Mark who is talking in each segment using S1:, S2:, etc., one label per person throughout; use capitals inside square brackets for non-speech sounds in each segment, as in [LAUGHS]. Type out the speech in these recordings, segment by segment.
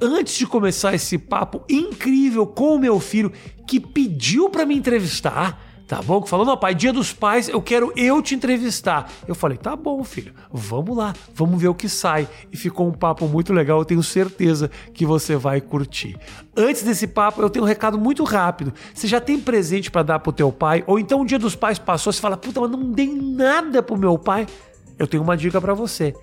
S1: antes de começar esse papo incrível com o meu filho, que pediu para me entrevistar. Tá bom? Que falou, não, pai, dia dos pais, eu quero eu te entrevistar. Eu falei, tá bom, filho, vamos lá, vamos ver o que sai. E ficou um papo muito legal, eu tenho certeza que você vai curtir. Antes desse papo, eu tenho um recado muito rápido. Você já tem presente para dar pro teu pai? Ou então o dia dos pais passou, você fala, puta, mas não dei nada pro meu pai? Eu tenho uma dica para você.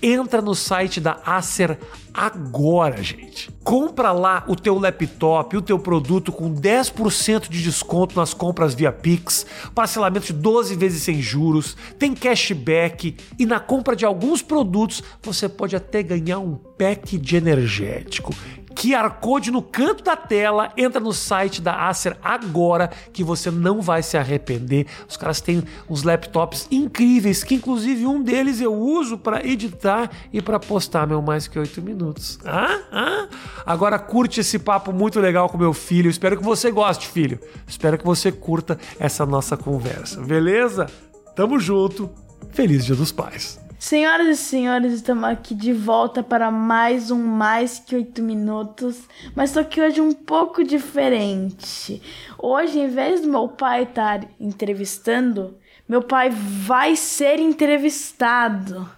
S1: Entra no site da Acer agora, gente. Compra lá o teu laptop, o teu produto com 10% de desconto nas compras via Pix, parcelamento de 12 vezes sem juros, tem cashback e na compra de alguns produtos você pode até ganhar um pack de energético. QR Code no canto da tela, entra no site da Acer agora que você não vai se arrepender. Os caras têm uns laptops incríveis, que inclusive um deles eu uso para editar e para postar meu mais que 8 minutos. Ah, ah. Agora curte esse papo muito legal com meu filho. Espero que você goste, filho. Espero que você curta essa nossa conversa. Beleza? Tamo junto. Feliz Dia dos Pais.
S2: Senhoras e senhores, estamos aqui de volta para mais um Mais Que Oito Minutos, mas só que hoje um pouco diferente. Hoje, em vez do meu pai estar entrevistando, meu pai vai ser entrevistado.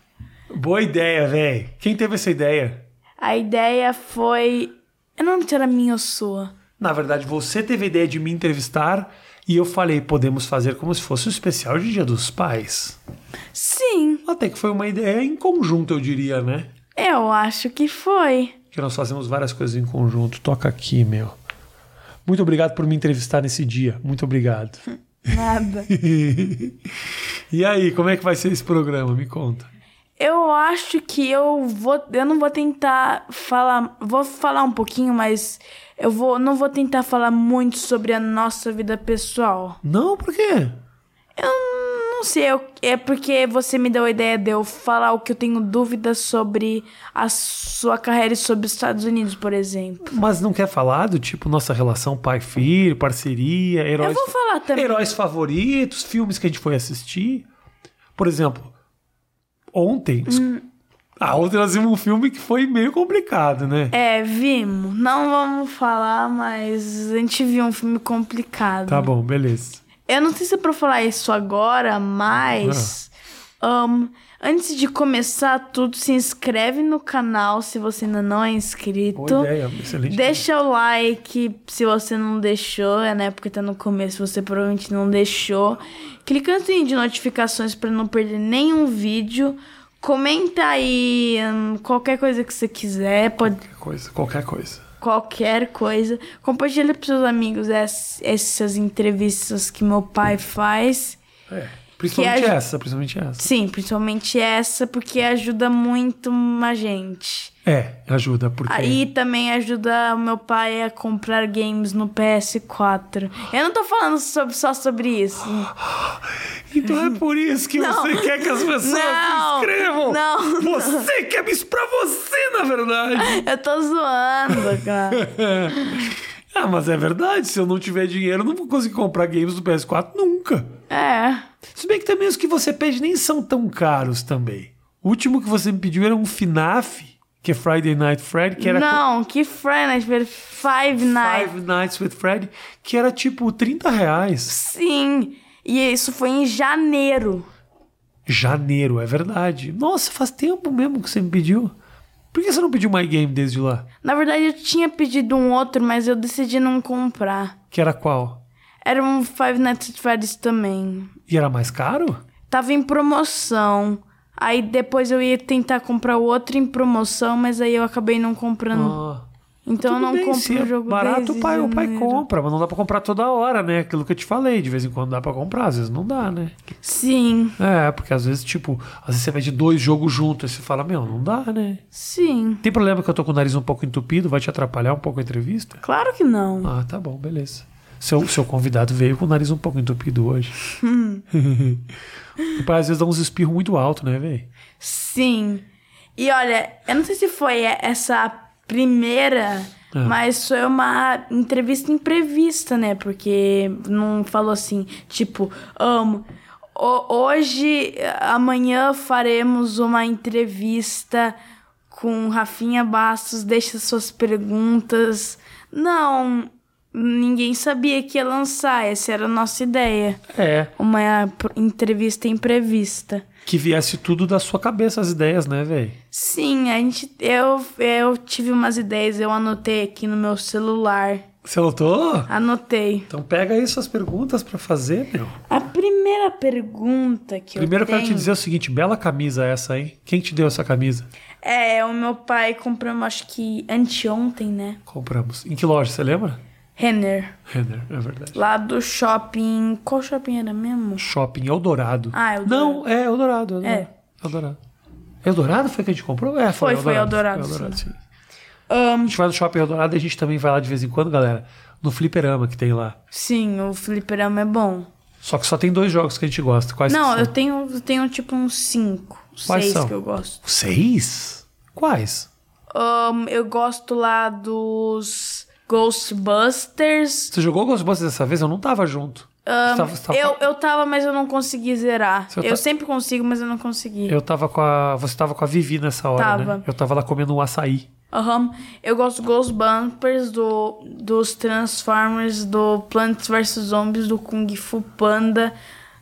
S1: Boa ideia, velho. Quem teve essa ideia?
S2: A ideia foi. Eu não lembro se era minha ou sua.
S1: Na verdade, você teve a ideia de me entrevistar e eu falei, podemos fazer como se fosse um especial de Dia dos Pais.
S2: Sim,
S1: Até que foi uma ideia em conjunto, eu diria, né?
S2: eu acho que foi.
S1: Que nós fazemos várias coisas em conjunto. Toca aqui, meu. Muito obrigado por me entrevistar nesse dia. Muito obrigado. [LAUGHS]
S2: Nada.
S1: e aí, como é que vai ser esse programa? Me conta.
S2: Eu acho que eu vou. Eu não vou tentar falar. Vou falar um pouquinho, mas eu vou, não vou tentar falar muito sobre a nossa vida pessoal.
S1: Não, por quê?
S2: Eu não sei, eu- é porque você me deu a ideia de eu falar o que eu tenho dúvidas sobre a sua carreira e sobre os Estados Unidos, por exemplo.
S1: Mas não quer falar do tipo nossa relação pai-filho, parceria,
S2: Eu
S1: heróis,
S2: vou falar também.
S1: heróis favoritos, filmes que a gente foi assistir? Por exemplo, ontem.
S2: Hum.
S1: Ah, ontem nós vimos um filme que foi meio complicado, né?
S2: É, vimos. Não vamos falar, mas a gente viu um filme complicado.
S1: Tá bom, beleza.
S2: Eu não sei se é pra falar isso agora, mas.
S1: Ah.
S2: ahn, antes de começar tudo, se inscreve no canal se você ainda não é inscrito.
S1: Boa ideia, excelente.
S2: Deixa o like se você não deixou, é né? Porque tá no começo, você provavelmente não deixou. Clica no sininho de notificações pra não perder nenhum vídeo. Comenta aí hum, qualquer coisa que você quiser, pode
S1: Qualquer coisa, qualquer coisa.
S2: qualquer coisa. Compartilha pros seus amigos ess- essas entrevistas que meu pai faz.
S1: É. Principalmente
S2: Que a-
S1: essa, principalmente essa.
S2: Sim, principalmente essa, porque ajuda muito a gente.
S1: É, ajuda, porque.
S2: Aí também ajuda o meu pai a comprar games no PS4. Eu não tô falando sobre- só sobre isso.
S1: Então é por isso que você quer que as pessoas se
S2: Não,
S1: inscrevam!
S2: não.
S1: Você quer isso pra você, na verdade! [LAUGHS]
S2: Eu tô zoando, cara.
S1: ah, mas é verdade, se eu não tiver dinheiro, eu não vou conseguir comprar games do PS4 nunca.
S2: É.
S1: Se bem que também os que você pede nem são tão caros também. O último que você me pediu era um FNAF, que é Friday Night Fred, que era
S2: Não, é. que Friday Night, Five Nights.
S1: Five Nights with Fred, que era tipo 30 reais.
S2: Sim. E isso foi em janeiro.
S1: Janeiro, é verdade. Nossa, faz tempo mesmo que você me pediu. Por que você não pediu My Game desde lá?
S2: Na verdade, eu tinha pedido um outro, mas eu decidi não comprar.
S1: Que era qual?
S2: Era um Five Nights at Freddy's também.
S1: E era mais caro?
S2: Tava em promoção. Aí depois eu ia tentar comprar o outro em promoção, mas aí eu acabei não comprando.
S1: Ah,
S2: Hum. então eu
S1: tudo
S2: não
S1: bem, se
S2: compro
S1: é
S2: o jogo
S1: Barato
S2: desde
S1: o pai, o pai
S2: janeiro.
S1: compra, mas não dá pra comprar toda hora, né? Aquilo que eu te falei, de vez em quando dá pra comprar, às vezes não dá, né?
S2: Sim,
S1: É, porque às vezes, tipo, às vezes você pede dois jogos juntos, aí você fala, meu, não dá, né?
S2: sim.
S1: Tem problema que eu tô com o nariz um pouco entupido, vai te atrapalhar um pouco a entrevista?
S2: Claro que não.
S1: Ah, tá bom, beleza. Seu, seu convidado veio com o nariz um pouco entupido
S2: [LAUGHS]
S1: hoje. o pai às vezes dá uns espirros muito alto, né, velho?
S2: Sim. E olha, eu não sei se foi essa a primeira,
S1: Ah.
S2: mas foi uma entrevista imprevista, né? Porque não falou assim, tipo, amo. Hoje, amanhã faremos uma entrevista com Rafinha Bastos, deixa suas perguntas. Não, ninguém sabia que ia lançar, essa era a nossa ideia.
S1: É.
S2: Uma pr- entrevista imprevista.
S1: Que viesse tudo da sua cabeça, as ideias, né, velho?
S2: Sim, a gente, eu, eu tive umas ideias, eu anotei aqui no meu celular.
S1: Você notou?
S2: Anotei.
S1: Então pega aí suas perguntas pra fazer, meu.
S2: A primeira pergunta que
S1: Primeiro eu
S2: eu
S1: quero te
S2: tenho-
S1: dizer o seguinte, bela camisa essa, hein? Quem te deu essa camisa?
S2: É, o meu pai comprou, eu acho que anteontem, né?
S1: Compramos. Em que loja, você lembra?
S2: Renner.
S1: Renner, é verdade.
S2: Lá do shopping. Qual shopping era mesmo?
S1: Shopping Eldorado.
S2: Ah, Eldorado.
S1: Não, é Eldorado. Eldorado.
S2: É.
S1: Eldorado. Eldorado É foi que a gente comprou? É, foi,
S2: Foi, foi
S1: Eldorado.
S2: Eldorado,
S1: sim.
S2: Ahn,
S1: A gente vai no Shopping Eldorado e a gente também vai lá de vez em quando, galera, no fliperama que tem lá.
S2: sim, o fliperama é bom.
S1: Só que só tem dois jogos que a gente gosta. Quais
S2: Não,
S1: que
S2: eu
S1: são?
S2: tenho, eu tenho tipo uns cinco,
S1: Quais
S2: seis
S1: são?
S2: que eu gosto.
S1: Seis? Quais?
S2: Ahn, eu gosto lá dos Ghostbusters.
S1: Você jogou Ghostbusters dessa vez? Eu não tava junto. Você tava- você tava-
S2: Eu, eu tava, mas eu não consegui zerar.
S1: Tá Você
S2: eu
S1: tá-
S2: sempre consigo, mas eu não consegui.
S1: Eu tava com a. Você tava com a Vivi nessa hora, né?
S2: Tava.
S1: Eu tava lá comendo um açaí.
S2: Aham. Eu gosto dos Ghostbusters, do, dos Transformers, do Plants vs Zombies, do Kung Fu Panda,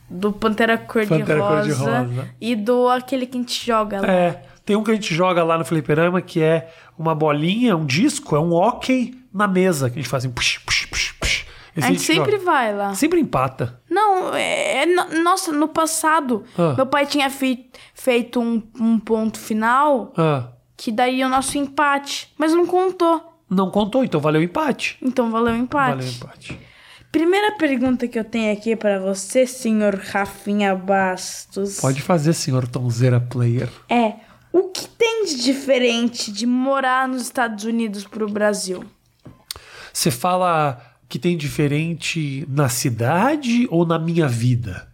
S2: do Pantera
S1: Pantera
S2: Cor-de-Rosa
S1: Cor-de-Rosa.
S2: e do aquele que a gente joga lá.
S1: É. Tem um que a gente joga lá no fliperama que é uma bolinha, um disco, é um hockey na mesa, que a gente faz assim. Push, push, push, push. Esse
S2: a gente sempre
S1: joga.
S2: vai lá.
S1: Sempre empata.
S2: Não, é, é no- nossa, no passado,
S1: Ah.
S2: meu pai tinha fi- feito um, um ponto final
S1: Ah,
S2: que daria o nosso empate, mas não contou.
S1: não contou, então valeu o empate.
S2: Então valeu o empate.
S1: Valeu o empate.
S2: Primeira pergunta que eu tenho aqui para você, senhor Rafinha Bastos.
S1: Pode fazer, senhor Tonzeira Player.
S2: É, o que tem de diferente de morar nos Estados Unidos pro Brasil?
S1: Você fala que tem diferente na cidade ou na minha vida?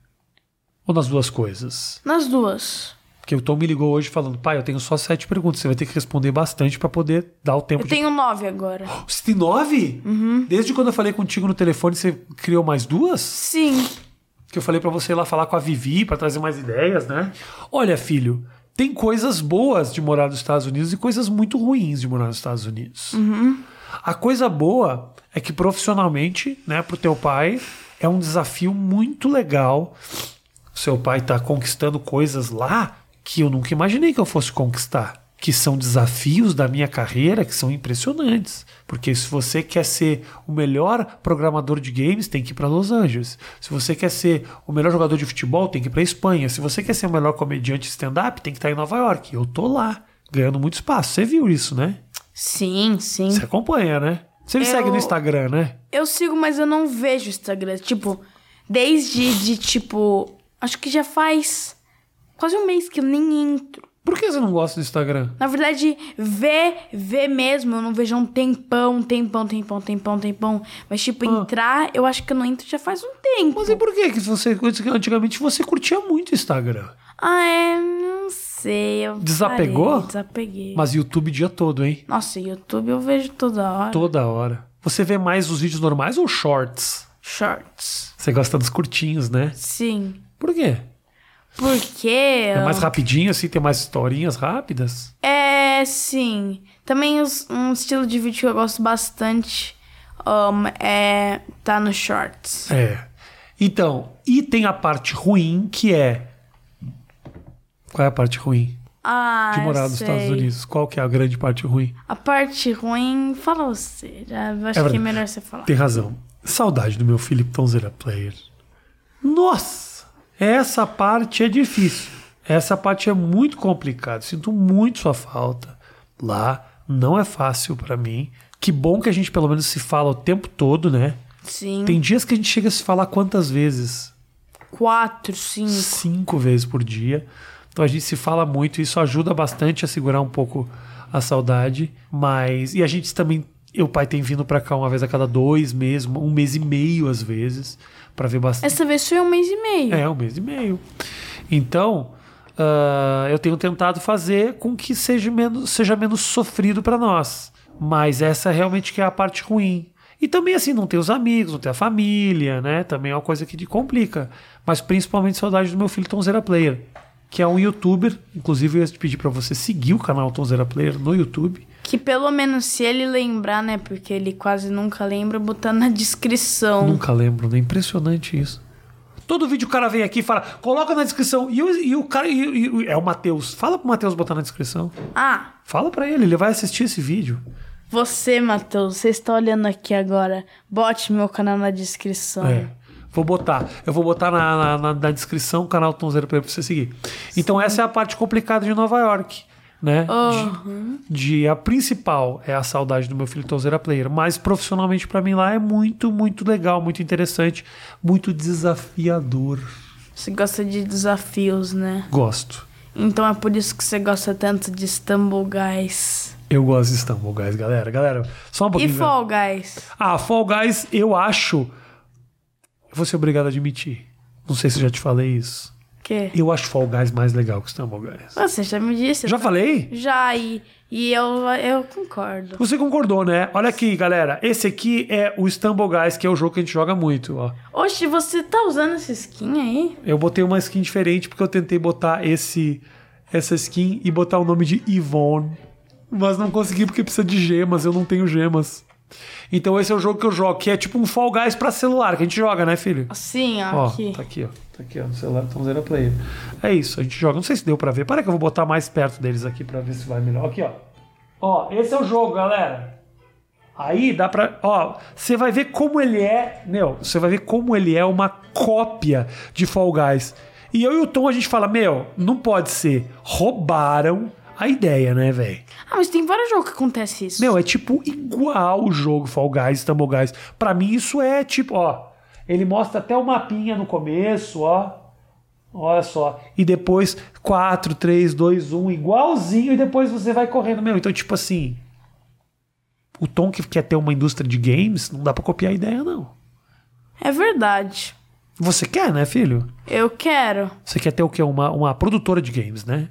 S1: Ou nas duas coisas?
S2: Nas duas.
S1: Porque o Tom me ligou hoje falando, pai, eu tenho só sete perguntas, você vai ter que responder bastante pra poder dar o tempo
S2: Eu
S1: de.
S2: tenho nove agora.
S1: Você tem nove? Desde quando eu falei contigo no telefone, você criou mais duas?
S2: Sim.
S1: Que eu falei pra você ir lá falar com a Vivi pra trazer mais ideias, né? Olha, filho, tem coisas boas de morar nos Estados Unidos e coisas muito ruins de morar nos Estados Unidos. A coisa boa é que profissionalmente, né, pro teu pai, é um desafio muito legal. Seu pai tá conquistando coisas lá que eu nunca imaginei que eu fosse conquistar, que são desafios da minha carreira que são impressionantes. Porque se você quer ser o melhor programador de games, tem que ir para Los Angeles. Se você quer ser o melhor jogador de futebol, tem que ir para Espanha. Se você quer ser o melhor comediante stand-up, tem que estar em Nova York. Eu tô lá, ganhando muito espaço. Você viu isso, né?
S2: Sim, sim.
S1: Você acompanha, né? Você me
S2: Eu-
S1: segue no Instagram, né?
S2: Eu sigo, mas eu não vejo o Instagram. Tipo, desde de tipo. Acho que já faz quase um mês que eu nem entro.
S1: Por que você não gosta do Instagram?
S2: Na verdade, ver, ver mesmo, eu não vejo há um tempão, tempão, tempão, tempão, tempão. Mas, tipo, entrar, eu acho que eu não entro já faz um tempo.
S1: Ah. Mas e por que que você antigamente você curtia muito o Instagram?
S2: Ah, é, não sei. eu
S1: Desapegou?
S2: parei, desapeguei.
S1: Mas YouTube o dia todo, hein?
S2: Nossa, YouTube eu vejo toda hora.
S1: Toda hora. Você vê mais os vídeos normais ou shorts?
S2: Shorts.
S1: Você gosta dos curtinhos, né?
S2: Sim.
S1: Por quê?
S2: Porque.
S1: É mais rapidinho, assim, tem mais historinhas rápidas?
S2: É, sim. Também os- um estilo de vídeo que eu gosto bastante um, é tá no shorts.
S1: É. Então, e tem a parte ruim que é. Qual é a parte ruim?
S2: Ah,
S1: De morar
S2: eu
S1: nos
S2: sei.
S1: Estados Unidos. Qual que é a grande parte ruim?
S2: A parte ruim, fala você. Já, eu acho
S1: É
S2: que é
S1: verdade.
S2: melhor você falar.
S1: Tem razão. Saudade do meu Felipe Tonzeira Player. Nossa! Essa parte é difícil. Essa parte é muito complicada. Sinto muito sua falta. Lá não é fácil pra mim. Que bom que a gente pelo menos se fala o tempo todo, né?
S2: Sim.
S1: Tem dias que a gente chega a se falar quantas vezes?
S2: Quatro, cinco.
S1: Cinco vezes por dia. Então a gente se fala muito. Isso ajuda bastante a segurar um pouco a saudade. Mas. E a gente também. Eu pai tem vindo pra cá uma vez a cada dois meses, um mês e meio às vezes, pra ver bastante.
S2: Essa vez foi um mês e meio.
S1: É, um mês e meio. Então, ah, eu tenho tentado fazer com que seja menos, seja menos sofrido pra nós. Mas essa realmente que é a parte ruim. E também, assim, não ter os amigos, não ter a família, né? Também é uma coisa que te complica. Mas principalmente saudade do meu filho Tonzeira Player. que é um youtuber. Inclusive, eu ia te pedir pra você seguir o canal Tonzeira Player no YouTube.
S2: Que pelo menos se ele lembrar, né? Porque ele quase nunca lembra, botar na descrição.
S1: Nunca lembro, né? Impressionante isso. Todo vídeo o cara vem aqui e fala, coloca na descrição. E, o- e o cara. e- e- é o Matheus. Fala pro Matheus botar na descrição.
S2: Ah,
S1: Fala pra ele, ele vai assistir esse vídeo.
S2: você, Matheus, você está olhando aqui agora. Bote meu canal na descrição.
S1: É. Vou botar. Eu vou botar na, na- na- na descrição o canal Tom Zero pra você seguir. Então essa é a parte complicada de Nova York. Né? De, de- a principal é a saudade do meu filho Tonzeira Player, mas profissionalmente pra mim lá é muito, muito legal, muito interessante, muito desafiador.
S2: Você gosta de desafios, né?
S1: Gosto.
S2: Então é por isso que você gosta tanto de Stumble Guys.
S1: Eu gosto de Istanbul, guys, galera. Galera, só um
S2: E
S1: pouquinho.
S2: Fall Guys?
S1: Ah, Fall Guys, eu acho. Eu vou ser obrigado a admitir. Não sei se eu já te falei isso.
S2: Que?
S1: Eu acho Fall Guys mais legal que Stumble Guys.
S2: Você já me disse.
S1: Já falei?
S2: Já, e, e eu, eu concordo.
S1: Você concordou, né? Olha aqui, galera. Esse aqui é o Stumble Guys, que é o jogo que a gente joga muito, ó.
S2: Oxe, você tá usando essa skin aí?
S1: Eu botei uma skin diferente porque eu tentei botar esse essa skin e botar o nome de Yvonne. Mas não consegui porque precisa de gemas, eu não tenho gemas. Então esse é o jogo que eu jogo, que é tipo um Fall Guys pra celular, que a gente joga, né, filho?
S2: Assim, ó,
S1: Ó,
S2: aqui.
S1: tá aqui, ó. Tá aqui, ó, no celular, estão zero player. É isso, a gente joga. Não sei se deu pra ver. Para que eu vou botar mais perto deles aqui pra ver se vai melhor. Aqui, ó. Ó, esse é o jogo, galera. Aí dá pra. Ó, você vai ver como ele é. Meu, você vai ver como ele é uma cópia de Fall Guys. E eu e o Tom, a gente fala, meu, não pode ser. Roubaram a ideia, né, velho?
S2: Ah, mas tem vários jogos que acontece isso.
S1: Meu, é tipo igual o jogo Fall Guys, Stumble Guys. Pra mim isso é tipo, ó. Ele mostra até o mapinha no começo, ó. Olha só. E depois 4, 3, 2, 1, igualzinho. E depois você vai correndo, meu. Então, tipo assim. O Tom que quer ter uma indústria de games, não dá pra copiar a ideia, não.
S2: É verdade.
S1: Você quer, né, filho?
S2: Eu quero.
S1: Você quer ter o quê? Uma, uma produtora de games, né?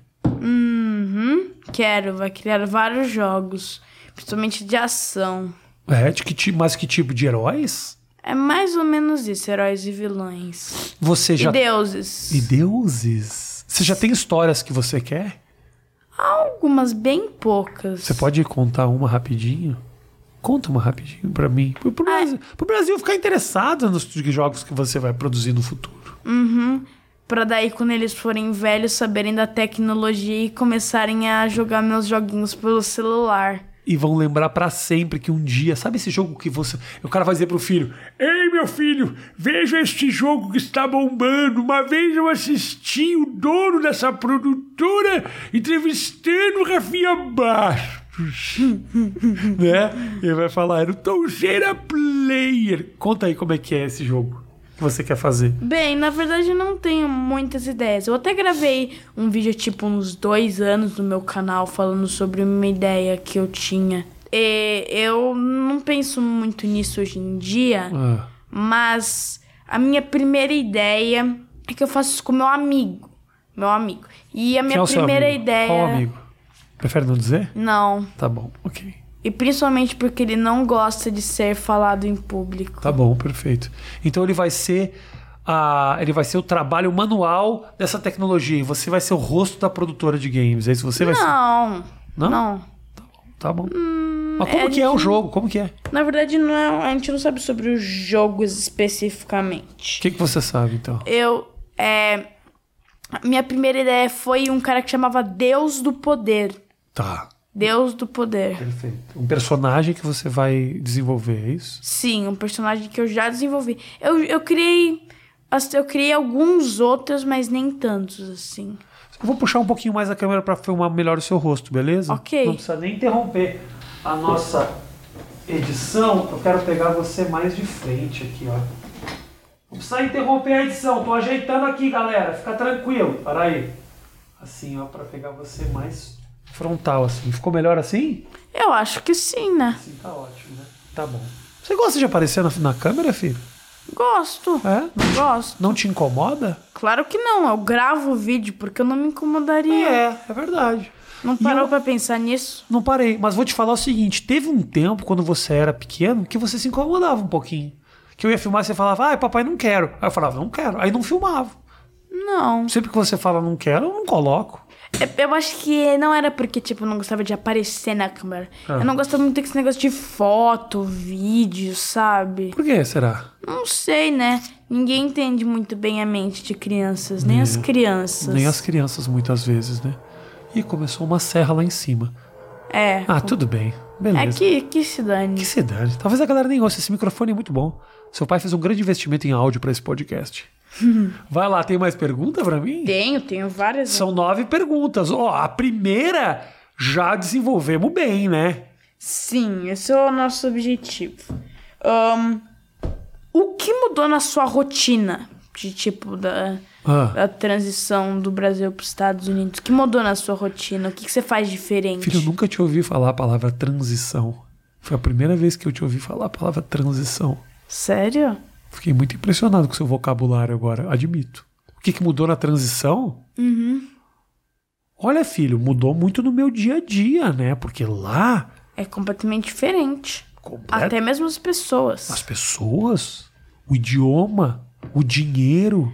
S2: Uhum. Quero. Vai criar vários jogos. Principalmente de ação.
S1: É, de que tipo, mas que tipo de heróis?
S2: É mais ou menos isso, heróis e vilões.
S1: Você já
S2: E deuses.
S1: E deuses? Você já tem histórias que você quer?
S2: Algumas bem poucas.
S1: Você pode contar uma rapidinho? Conta uma rapidinho pra mim. Pro, pro Brasil, pro Brasil ficar interessado nos jogos que você vai produzir no futuro.
S2: Pra daí, quando eles forem velhos, saberem da tecnologia e começarem a jogar meus joguinhos pelo celular.
S1: E vão lembrar pra sempre que um dia, sabe esse jogo que você. O cara vai dizer pro filho: Ei, meu filho, veja este jogo que está bombando. Uma vez eu assisti o dono dessa produtora entrevistando o Rafinha Bastos. [LAUGHS] né? Ele vai falar, era o Tonzeira Player. Conta aí como é que é esse jogo que você quer fazer.
S2: Bem, na verdade eu não tenho muitas ideias. Eu até gravei um vídeo, tipo, uns dois anos no meu canal falando sobre uma ideia que eu tinha. E eu não penso muito nisso hoje em dia,
S1: Ah,
S2: mas a minha primeira ideia é que eu faço isso com meu amigo. Meu amigo. E a minha
S1: quem é o seu
S2: primeira
S1: amigo?
S2: ideia.
S1: Qual amigo? Prefere não dizer?
S2: Não.
S1: Tá bom, ok.
S2: E principalmente porque ele não gosta de ser falado em público.
S1: Tá bom, perfeito. Então ele vai ser a, ele vai ser o trabalho manual dessa tecnologia. E você vai ser o rosto da produtora de games. É isso que você vai ser.
S2: Não.
S1: Não?
S2: Não.
S1: Tá bom. Mas como
S2: é, a
S1: que é o
S2: gente-
S1: jogo? Como que é?
S2: Na verdade, não é- a gente não sabe sobre os jogos
S1: O
S2: especificamente.
S1: que, que você sabe então?
S2: Eu. É, a minha primeira ideia foi um cara que chamava Deus do Poder.
S1: Tá.
S2: Deus do Poder.
S1: Perfeito. Um personagem que você vai desenvolver, é isso?
S2: Sim, um personagem que eu já desenvolvi. Eu, eu criei. assim, Eu criei alguns outros, mas nem tantos, assim.
S1: Eu vou puxar um pouquinho mais a câmera pra filmar melhor o seu rosto, beleza?
S2: Ok.
S1: Não precisa nem interromper a nossa edição. Eu quero pegar você mais de frente aqui, ó. Não precisa interromper a edição. Tô ajeitando aqui, galera. Fica tranquilo. Para aí. Assim, ó, pra pegar você mais frontal, assim. Ficou melhor assim?
S2: Eu acho que sim, né?
S1: Assim tá ótimo, né? Tá bom. Você gosta de aparecer na, na câmera, filho?
S2: Gosto.
S1: É?
S2: Gosto.
S1: Não te incomoda?
S2: Claro que não. Eu gravo o vídeo porque eu não me incomodaria.
S1: é verdade.
S2: Não
S1: E
S2: parou
S1: eu-
S2: pra pensar nisso?
S1: Não parei, mas vou te falar o seguinte: teve um tempo, quando você era pequeno, que você se incomodava um pouquinho. Que eu ia filmar e você falava, ai, papai, não quero. Aí eu falava, não quero. Aí não filmava.
S2: Não.
S1: Sempre que você fala não quero, eu não coloco.
S2: É, Eu acho que não era porque, tipo, eu não gostava de aparecer na câmera.
S1: Ah.
S2: Eu não gostava muito desse negócio de foto, vídeo, sabe?
S1: Por que será?
S2: Não sei, né? Ninguém entende muito bem a mente de crianças, nem as crianças.
S1: Uhum. Nem as crianças muitas vezes, né? E começou uma serra lá em cima.
S2: É.
S1: Ah, tudo bem.
S2: é
S1: Beleza.
S2: que, que se dane.
S1: Que cidade. Talvez a galera nem goste. Esse microfone é muito bom. Seu pai fez um grande investimento em áudio pra esse
S2: [LAUGHS]
S1: podcast. Vai lá, tem mais pergunta pra mim?
S2: Tenho, tenho várias.
S1: São nove perguntas. Ó, a primeira já desenvolvemos bem, né?
S2: Sim, esse é o nosso objetivo. Ahn, o que mudou na sua rotina? De tipo, da,
S1: Ah,
S2: da transição do Brasil para os Estados Unidos. O que mudou na sua rotina? O que, que você faz diferente?
S1: filho, eu nunca te ouvi falar a palavra transição. Foi a primeira vez que eu te ouvi falar a palavra transição.
S2: Sério?
S1: Fiquei muito impressionado com seu vocabulário agora, admito. O que, que mudou na transição? Olha, filho, mudou muito no meu dia a dia, né? Porque lá,
S2: É completamente diferente.
S1: completo,
S2: Até mesmo as pessoas.
S1: É? as pessoas, o idioma, o dinheiro,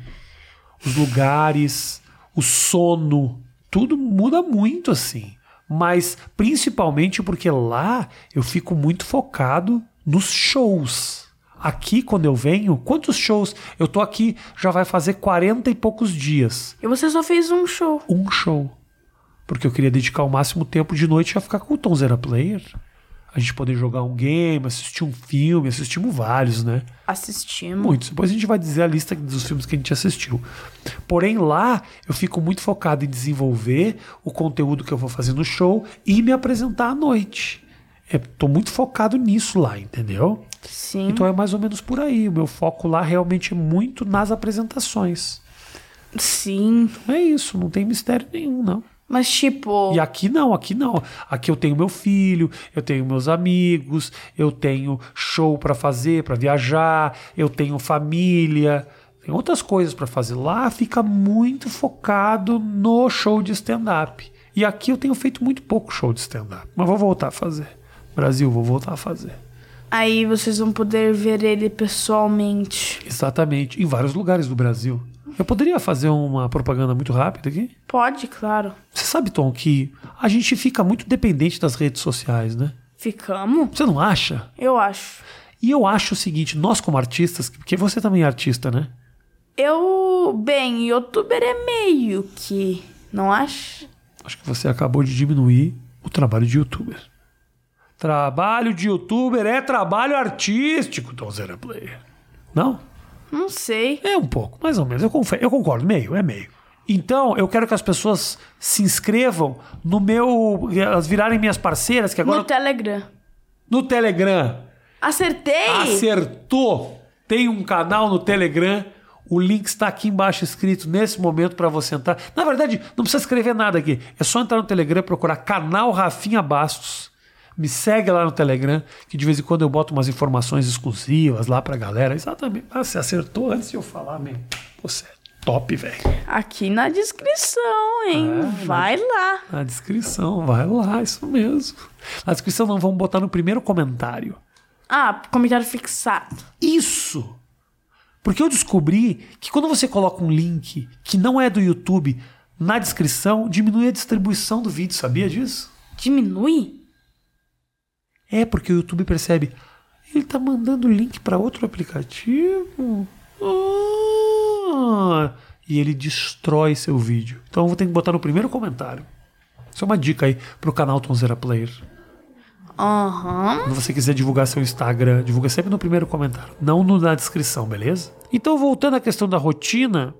S1: os lugares, o sono, tudo muda muito assim. Mas principalmente porque lá eu fico muito focado nos shows. Aqui, quando eu venho, quantos shows? Eu tô aqui já vai fazer 40 e poucos dias.
S2: E você só fez um show.
S1: Um show. Porque eu queria dedicar o máximo tempo de noite a ficar com o Tonzeira Player. A gente poder jogar um game, assistir um filme, assistimos vários, né?
S2: Assistimos.
S1: Muitos. Depois a gente vai dizer a lista dos filmes que a gente assistiu. Porém, lá eu fico muito focado em desenvolver o conteúdo que eu vou fazer no show e me apresentar à noite. É, tô muito focado nisso lá, entendeu?
S2: Sim.
S1: Então é mais ou menos por aí. O meu foco lá realmente é muito nas apresentações.
S2: Sim.
S1: É isso, não tem mistério nenhum, não.
S2: Mas tipo.
S1: E aqui não, aqui não. Aqui eu tenho meu filho, eu tenho meus amigos, eu tenho show pra fazer, pra viajar, eu tenho família, tem outras coisas pra fazer. Lá fica muito focado no show de stand-up. E aqui eu tenho feito muito pouco show de stand-up, mas vou voltar a fazer. Brasil, vou voltar a fazer.
S2: Aí vocês vão poder ver ele pessoalmente.
S1: Exatamente, em vários lugares do Brasil. Eu poderia fazer uma propaganda muito rápida aqui?
S2: Pode, claro.
S1: Você sabe, Tom, que a gente fica muito dependente das redes sociais, né?
S2: Ficamos?
S1: Você não acha?
S2: Eu acho.
S1: E eu acho o seguinte, nós como artistas, porque você também é artista, né?
S2: Eu. Bem, youtuber é meio que. Não acho?
S1: Acho que você acabou de diminuir o trabalho de youtuber. Trabalho de youtuber é trabalho artístico, Tom Zera Player. Não?
S2: Não sei.
S1: É um pouco, mais ou menos. Eu, confe- eu concordo, meio, é meio. Então, eu quero que as pessoas se inscrevam no meu. eh, Elas virarem minhas parceiras, que agora.
S2: No Telegram.
S1: no Telegram.
S2: Acertei!
S1: Acertou! Tem um canal no Telegram. O link está aqui embaixo escrito nesse momento para você entrar. Na verdade, não precisa escrever nada aqui. É só entrar no Telegram, procurar canal Rafinha Bastos. Me segue lá no Telegram, que de vez em quando eu boto umas informações exclusivas lá pra galera. Exatamente. Ah, você acertou antes de eu falar, mesmo. Você é top, velho.
S2: Aqui na descrição, hein?
S1: É,
S2: Vai lá.
S1: Na descrição, vai lá, isso mesmo. Na descrição não, vamos botar no primeiro comentário.
S2: Ah, comentário fixado.
S1: Isso! Porque eu descobri que quando você coloca um link que não é do YouTube na descrição, diminui a distribuição do vídeo, sabia disso?
S2: Diminui?
S1: É porque o YouTube percebe. Ele tá mandando link para outro aplicativo. Ah! E ele destrói seu vídeo. Então eu vou ter que botar no primeiro comentário. Isso é uma dica aí pro canal Tonzeira Player.
S2: Aham.
S1: Quando você quiser divulgar seu Instagram, divulga sempre no primeiro comentário, não no na descrição, beleza? Então, voltando à questão da rotina,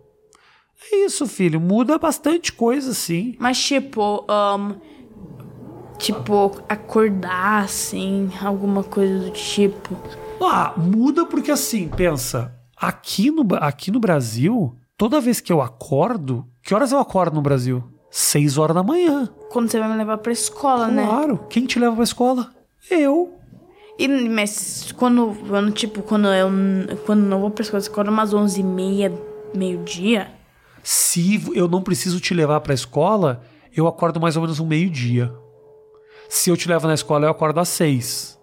S1: é isso, filho. Muda bastante coisa, sim.
S2: Mas tipo, ahn, tipo, acordar assim, alguma coisa do tipo.
S1: Ah, muda porque assim, pensa, aqui no, Ba- aqui no Brasil, toda vez que eu acordo, que horas eu acordo no Brasil? Seis horas da manhã.
S2: Quando você vai me levar pra escola, né?
S1: Claro. Quem te leva pra escola? Eu.
S2: E, mas quando, quando, tipo, quando eu quando não vou pra escola, você acorda umas 11 e meia, meio-dia?
S1: Se v- eu não preciso te levar pra escola, eu acordo mais ou menos um meio-dia. Se eu te levo na escola, eu acordo às seis.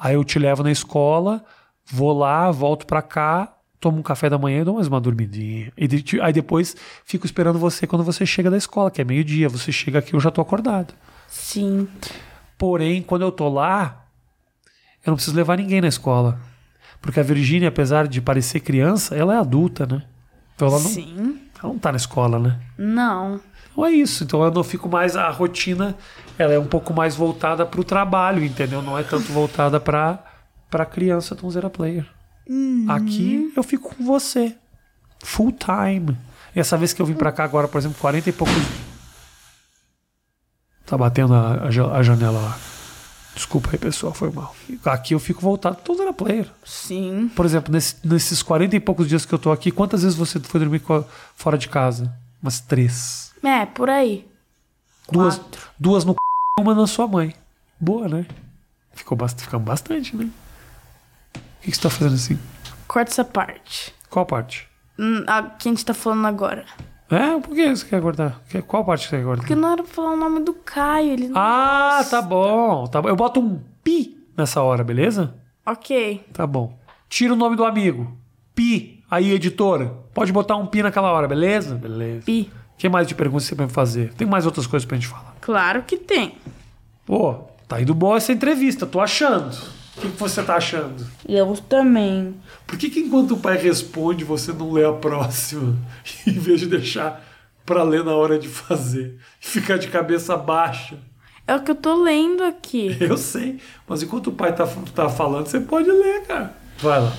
S1: Aí eu te levo na escola, vou lá, volto pra cá, tomo um café da manhã e dou mais uma dormidinha. E de- aí depois fico esperando você quando você chega da escola, que é meio-dia. Você chega aqui, eu já tô acordado.
S2: Sim.
S1: Tá Porém, quando eu tô lá, eu não preciso levar ninguém na escola. Porque a Virgínia, apesar de parecer criança, ela é adulta, né? Então ela não,
S2: Sim.
S1: ela não tá na escola, né?
S2: Não.
S1: Então é isso. Então eu não fico mais. A rotina ela é um pouco mais voltada pro trabalho, entendeu? Não é tanto voltada pra, pra criança Tonzeira Player. Aqui eu fico com você. Full time. E essa vez que eu vim pra cá agora, por exemplo, 40 e poucos. Tá batendo a, a ja- a janela lá. Desculpa aí, pessoal, foi mal. Aqui eu fico voltado Tonzeira Player.
S2: Sim.
S1: Por exemplo, nesse- nesses 40 e poucos dias que eu tô aqui, quantas vezes você foi dormir co- fora de casa? Umas três.
S2: É, por aí.
S1: Duas,
S2: Quatro.
S1: duas no c... uma na sua mãe. Boa, né? Ficou bast... Ficamos bastante, né? O que, que você tá fazendo assim?
S2: Corta essa parte.
S1: Qual parte?
S2: Hum, A que a gente tá falando agora.
S1: É, por que você quer cortar? Que- Qual parte que você quer cortar?
S2: Porque não era pra falar o nome do Caio. Ele não...
S1: Ah, tá bom, tá bom. Eu boto um pi nessa hora, beleza?
S2: Ok.
S1: Tá bom. Tira o nome do amigo. Pi. Aí, editora, pode botar um pi naquela hora, beleza? Beleza.
S2: Pi.
S1: O que mais de perguntas você vai me fazer? Tem mais outras coisas pra gente falar.
S2: Claro que tem.
S1: Pô, tá indo boa essa entrevista, tô achando. O que que você tá achando?
S2: Eu também.
S1: Por que, que enquanto o pai responde, você não lê a próxima? [LAUGHS] em vez de deixar pra ler na hora de fazer? E ficar de cabeça baixa?
S2: É o que eu tô lendo aqui.
S1: Eu sei, mas enquanto o pai tá, tá falando, você pode ler, cara. Vai lá.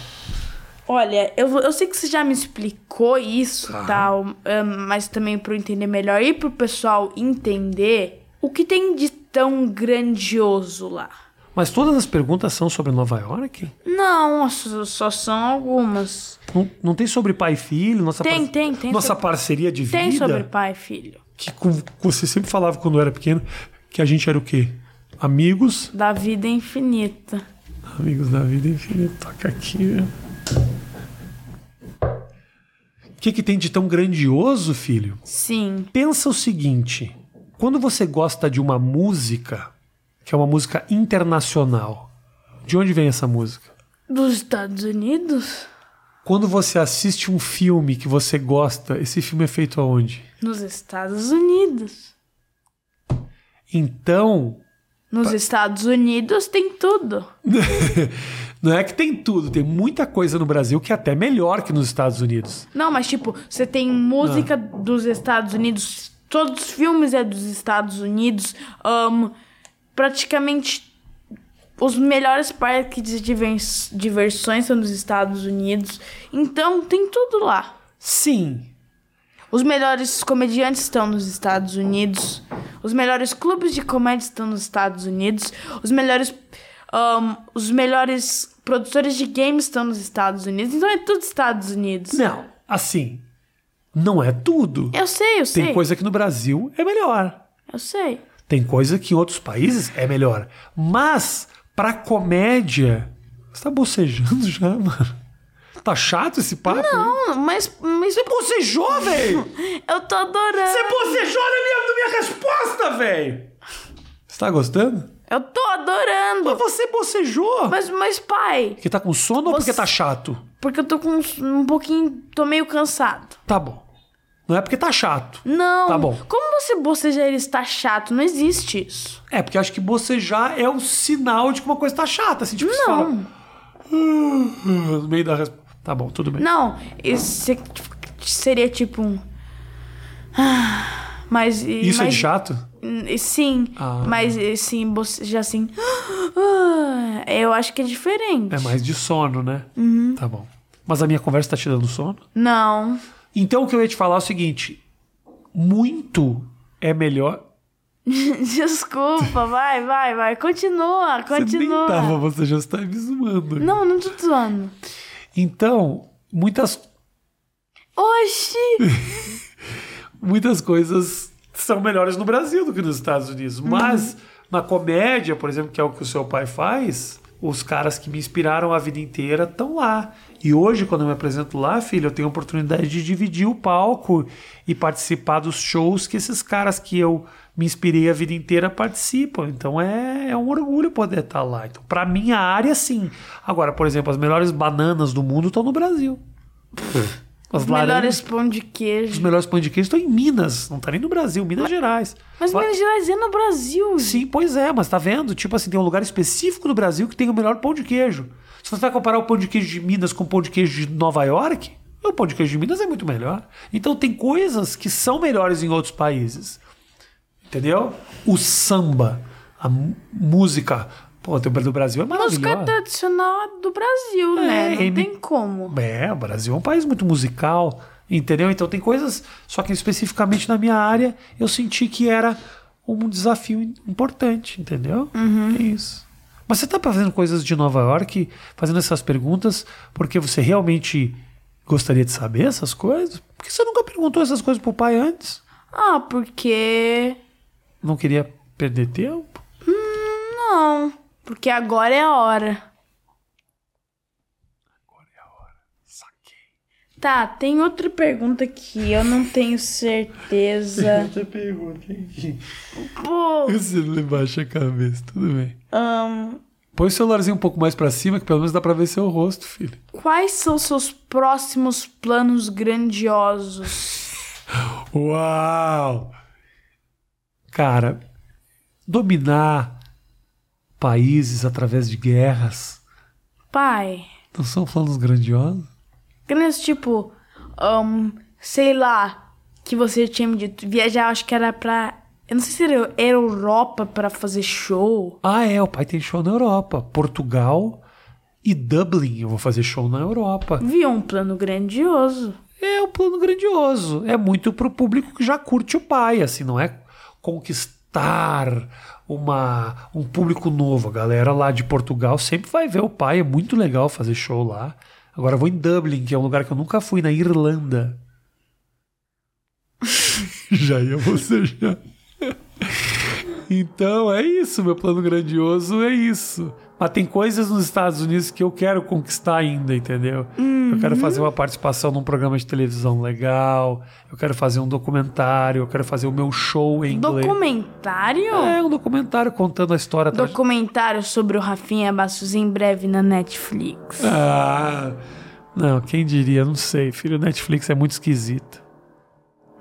S2: Olha, eu, vou- eu sei que você já me explicou isso e tal, ahn, mas também para eu entender melhor e pro pessoal entender o que tem de tão grandioso lá.
S1: Mas todas as perguntas são sobre Nova York?
S2: Não, só, só são algumas.
S1: Não, não tem sobre pai e filho? Nossa
S2: Tem, tem, tem
S1: Nossa
S2: sobre-
S1: parceria de vida?
S2: Tem sobre pai e filho.
S1: Que com- você sempre falava quando eu era pequeno que a gente era o quê? Amigos,
S2: Da vida infinita.
S1: Amigos da vida infinita, toca aqui. né? O que, que tem de tão grandioso, filho?
S2: Sim.
S1: Pensa o seguinte: quando você gosta de uma música, que é uma música internacional, de onde vem essa música?
S2: Dos Estados Unidos?
S1: Quando você assiste um filme que você gosta, esse filme é feito aonde?
S2: Nos Estados Unidos.
S1: Então, [LAUGHS]
S2: Nos Estados Unidos tem tudo.
S1: não é que tem tudo, tem muita coisa no Brasil que é até melhor que nos Estados Unidos.
S2: Não, mas tipo, você tem música dos Estados Unidos, todos os filmes é dos Estados Unidos, ahn, praticamente os melhores parques de divers- diversões são dos Estados Unidos. Então tem tudo lá.
S1: Sim,
S2: Os melhores comediantes estão nos Estados Unidos. Os melhores clubes de comédia estão nos Estados Unidos. Os melhores. ahn, os melhores produtores de games estão nos Estados Unidos. Então é tudo Estados Unidos.
S1: não, assim, não é tudo.
S2: Eu sei, eu sei.
S1: Tem coisa que no Brasil é melhor.
S2: Eu sei.
S1: Tem coisa que em outros países é melhor. Mas, pra comédia. Você tá bocejando [LAUGHS] já, mano? Tá chato esse papo? Não.
S2: Não, mas, mas
S1: Você bocejou, velho!
S2: eu tô adorando.
S1: Você bocejou na minha, na minha resposta, velho! Você tá gostando?
S2: Eu tô adorando.
S1: Mas você bocejou!
S2: Mas, mas pai,
S1: Porque tá com sono ou
S2: Você-
S1: porque tá chato?
S2: porque eu tô com um, um pouquinho, tô meio cansado.
S1: Tá bom. Não é porque tá chato.
S2: Não.
S1: Tá bom.
S2: Como você bocejar ele está chato? Não existe isso.
S1: É porque eu acho que bocejar é um sinal de que uma coisa tá chata. Assim, tipo, você fala,
S2: Não.
S1: "Ah", no meio da resposta. Tá bom, tudo bem.
S2: Não, isso é- seria tipo um Ah, mas
S1: Isso é de chato?
S2: Sim,
S1: Ah.
S2: mas sim, bocejar assim. [GASPS] Ah, Eu acho que é diferente.
S1: É mais de sono, né?
S2: Uhum.
S1: Tá bom. Mas a minha conversa tá te dando sono?
S2: Não.
S1: Então o que eu ia te falar é o seguinte: muito é melhor.
S2: [LAUGHS] Desculpa, vai, vai, vai. Continua, continua.
S1: Você nem tava, você já está me zoando.
S2: Não, não tô zoando.
S1: Então, muitas,
S2: Oxi!
S1: muitas coisas são melhores no Brasil do que nos Estados Unidos. Mas na comédia, por exemplo, que é o que o seu pai faz, os caras que me inspiraram a vida inteira estão lá. E hoje, quando eu me apresento lá, filho, eu tenho a oportunidade de dividir o palco e participar dos shows que esses caras que eu me inspirei a vida inteira participam. Então é, é um orgulho poder estar lá. Então, pra minha área, sim. Agora, por exemplo, as melhores bananas do mundo estão no Brasil. As
S2: Os
S1: laranjas,
S2: melhores pão de
S1: os
S2: queijo.
S1: melhores pão de queijo estão em Minas, não tá nem no Brasil, Minas Gerais.
S2: Mas
S1: Lá-
S2: Minas Gerais é no Brasil.
S1: Sim, pois é, mas tá vendo? Tipo assim, tem um lugar específico no Brasil que tem o melhor pão de queijo. Se você vai comparar o pão de queijo de Minas com o pão de queijo de Nova York, o pão de queijo de Minas é muito melhor. Então tem coisas que são melhores em outros países. Entendeu? O samba, a mu- música pô, do Brasil é
S2: Música
S1: maravilhosa.
S2: tradicional é do Brasil,
S1: É,
S2: né? Não
S1: ele-
S2: tem como.
S1: É, o Brasil é um país muito musical, entendeu? Então tem coisas, só que especificamente na minha área, eu senti que era um desafio importante, entendeu? É isso. Mas você tá fazendo coisas de Nova York, fazendo essas perguntas, porque você realmente gostaria de saber essas coisas? Por que você nunca perguntou essas coisas pro pai antes?
S2: Ah, porque.
S1: Não queria perder tempo?
S2: Não. Porque agora é a hora.
S1: é Saquei.
S2: Tá, tem outra pergunta que eu não
S1: [LAUGHS]
S2: tenho certeza.
S1: Outra pergunta, enfim.
S2: Pô,
S1: Você baixa a cabeça, tudo bem.
S2: ahn,
S1: Põe o celularzinho um pouco mais pra cima, que pelo menos dá pra ver seu rosto, filho.
S2: quais são seus próximos planos grandiosos?
S1: Uau! Cara, dominar países através de guerras Então,
S2: Pai,
S1: não são planos grandiosos?
S2: grandes tipo, ahn, sei lá, que você tinha me dito, viajar, acho que era pra. Eu não sei se era era Europa pra fazer show.
S1: Ah, é, o pai tem show na Europa. Portugal e Dublin. Eu vou fazer show na Europa.
S2: Vi um plano grandioso.
S1: É um plano grandioso. É muito pro público que já curte o pai, assim, não é conquistar uma, um público novo. A galera lá de Portugal sempre vai ver o pai, é muito legal fazer show lá. Agora eu vou em Dublin, que é um lugar que eu nunca fui, na Irlanda. [LAUGHS] já ia você já. Então é isso, meu plano grandioso é isso. Mas tem coisas nos Estados Unidos que eu quero conquistar ainda, entendeu? Eu quero fazer uma participação num programa de televisão legal, eu quero fazer um documentário, eu quero fazer o meu show em inglês.
S2: Documentário?
S1: É, um documentário contando a história. atrás-
S2: Documentário sobre o Rafinha Bastos em breve na Netflix.
S1: Ah, não, quem diria? Não sei, filho. Netflix é muito esquisito.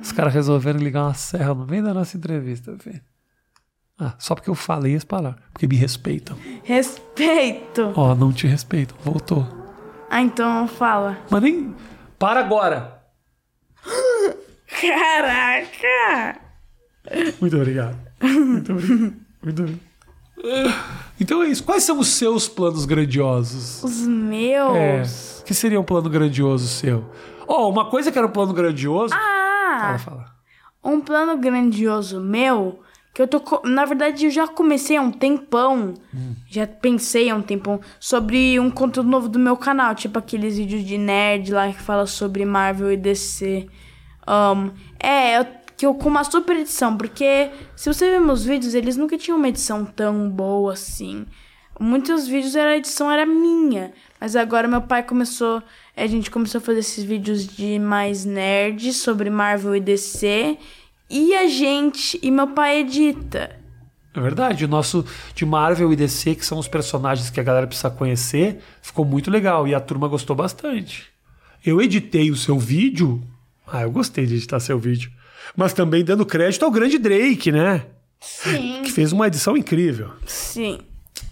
S1: Os caras resolveram ligar uma serra no meio da nossa entrevista, filho. Ah, só porque eu falei as palavras. Porque me respeitam.
S2: Respeito!
S1: Ó, não te respeitam. Voltou.
S2: Ah, então fala.
S1: Mas nem. Para agora!
S2: Caraca!
S1: Muito obrigado. Muito obrigado. Muito obrigado. Então é isso. Quais são os seus planos grandiosos?
S2: Os meus.
S1: É. O que seria um plano grandioso seu? Oh, uma coisa que era um plano grandioso. Fala,
S2: Ah!
S1: fala.
S2: Um plano grandioso meu, que eu tô. co- Na verdade, eu já comecei há um tempão. Já pensei há um tempão sobre um conteúdo novo do meu canal, tipo aqueles vídeos de nerd lá que fala sobre Marvel e DC. Ahn, é, eu, que eu com uma super edição, porque se você ver meus vídeos, eles nunca tinham uma edição tão boa assim. Muitos vídeos era, a edição era minha. Mas agora meu pai começou. A gente começou a fazer esses vídeos de mais nerd sobre Marvel e DC. E a gente. E meu pai edita.
S1: É verdade, o nosso de Marvel e DC, que são os personagens que a galera precisa conhecer, ficou muito legal e a turma gostou bastante. Eu editei o seu vídeo. Ah, eu gostei de editar seu vídeo. Mas também dando crédito ao grande Drake, né?
S2: Sim.
S1: Que fez uma edição incrível.
S2: Sim.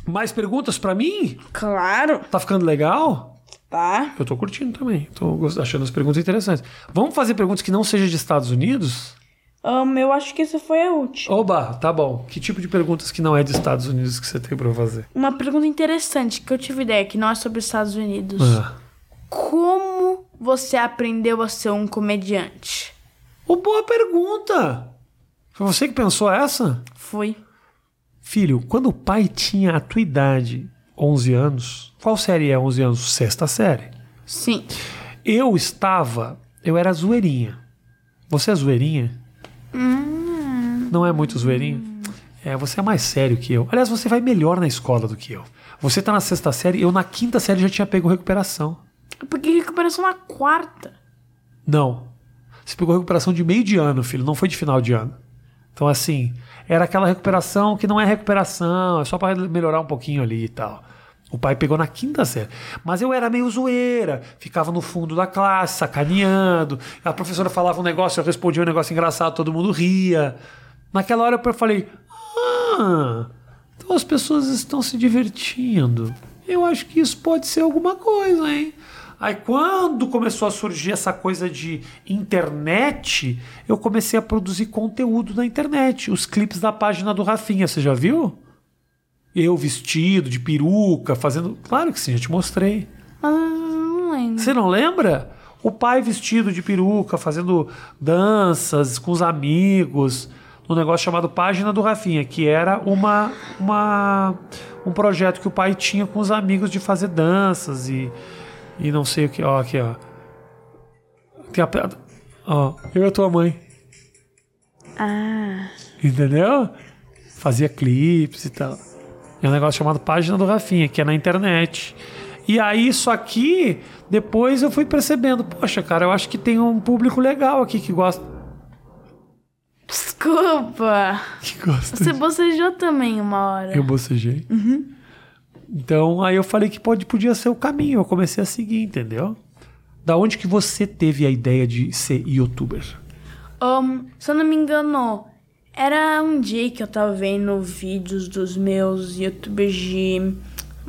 S1: Mais perguntas pra mim?
S2: Claro,
S1: Tá ficando legal?
S2: tá?
S1: Eu tô curtindo também. Tô gost- achando as perguntas interessantes. Vamos fazer perguntas que não sejam de Estados Unidos?
S2: Um, eu acho que essa foi a última.
S1: Oba, tá bom. Que tipo de perguntas que não é de Estados Unidos que você tem pra eu fazer?
S2: Uma pergunta interessante que eu tive ideia, que não é sobre os Estados Unidos.
S1: Ah.
S2: Como você aprendeu a ser um comediante?
S1: Ô, boa pergunta! Foi você que pensou essa?
S2: Foi.
S1: Filho, quando o pai tinha a tua idade, 11 anos, qual série é 11 anos? Sexta série.
S2: Sim.
S1: Eu estava, eu era zoeirinha. Você é zoeirinha? Não é muito zoeirinha? É, você é mais sério que eu. Aliás, você vai melhor na escola do que eu. Você tá na sexta série, eu na quinta série já tinha pego recuperação.
S2: Porque recuperação na quarta.
S1: Não. Você pegou recuperação de meio de ano, filho, não foi de final de ano. Então, assim, era aquela recuperação que não é recuperação, é só para melhorar um pouquinho ali e tal. O pai pegou na quinta série. Mas eu era meio zoeira, ficava no fundo da classe, sacaneando. A professora falava um negócio, eu respondia um negócio engraçado, todo mundo ria. Naquela hora eu falei: Ah, então as pessoas estão se divertindo. Eu acho que isso pode ser alguma coisa, hein? Aí quando começou a surgir essa coisa de internet, eu comecei a produzir conteúdo na internet. Os clipes da página do Rafinha, você já viu? Eu vestido, de peruca, fazendo. Claro que sim, já te mostrei.
S2: Mas não lembro.
S1: Você não lembra? O pai vestido de peruca, fazendo danças com os amigos, num negócio chamado Página do Rafinha, que era uma, uma um projeto que o pai tinha com os amigos de fazer danças e, e não sei o que. Ó, aqui, ó. Tem a pedra. Ó, eu e a tua mãe.
S2: Ah,
S1: Entendeu? Fazia clipes e tal. É um negócio chamado Página do Rafinha, que é na internet. E aí, isso aqui, depois eu fui percebendo, poxa, cara, eu acho que tem um público legal aqui que gosta. [LAUGHS]
S2: desculpa.
S1: Que gosta.
S2: Você bocejou também uma hora.
S1: Eu bocejei. Então, aí eu falei que pode, podia ser o caminho. Eu comecei a seguir, entendeu? Da onde que você teve a ideia de ser youtuber?
S2: Ahn, se eu não me engano, era um dia que eu tava vendo vídeos dos meus youtubers de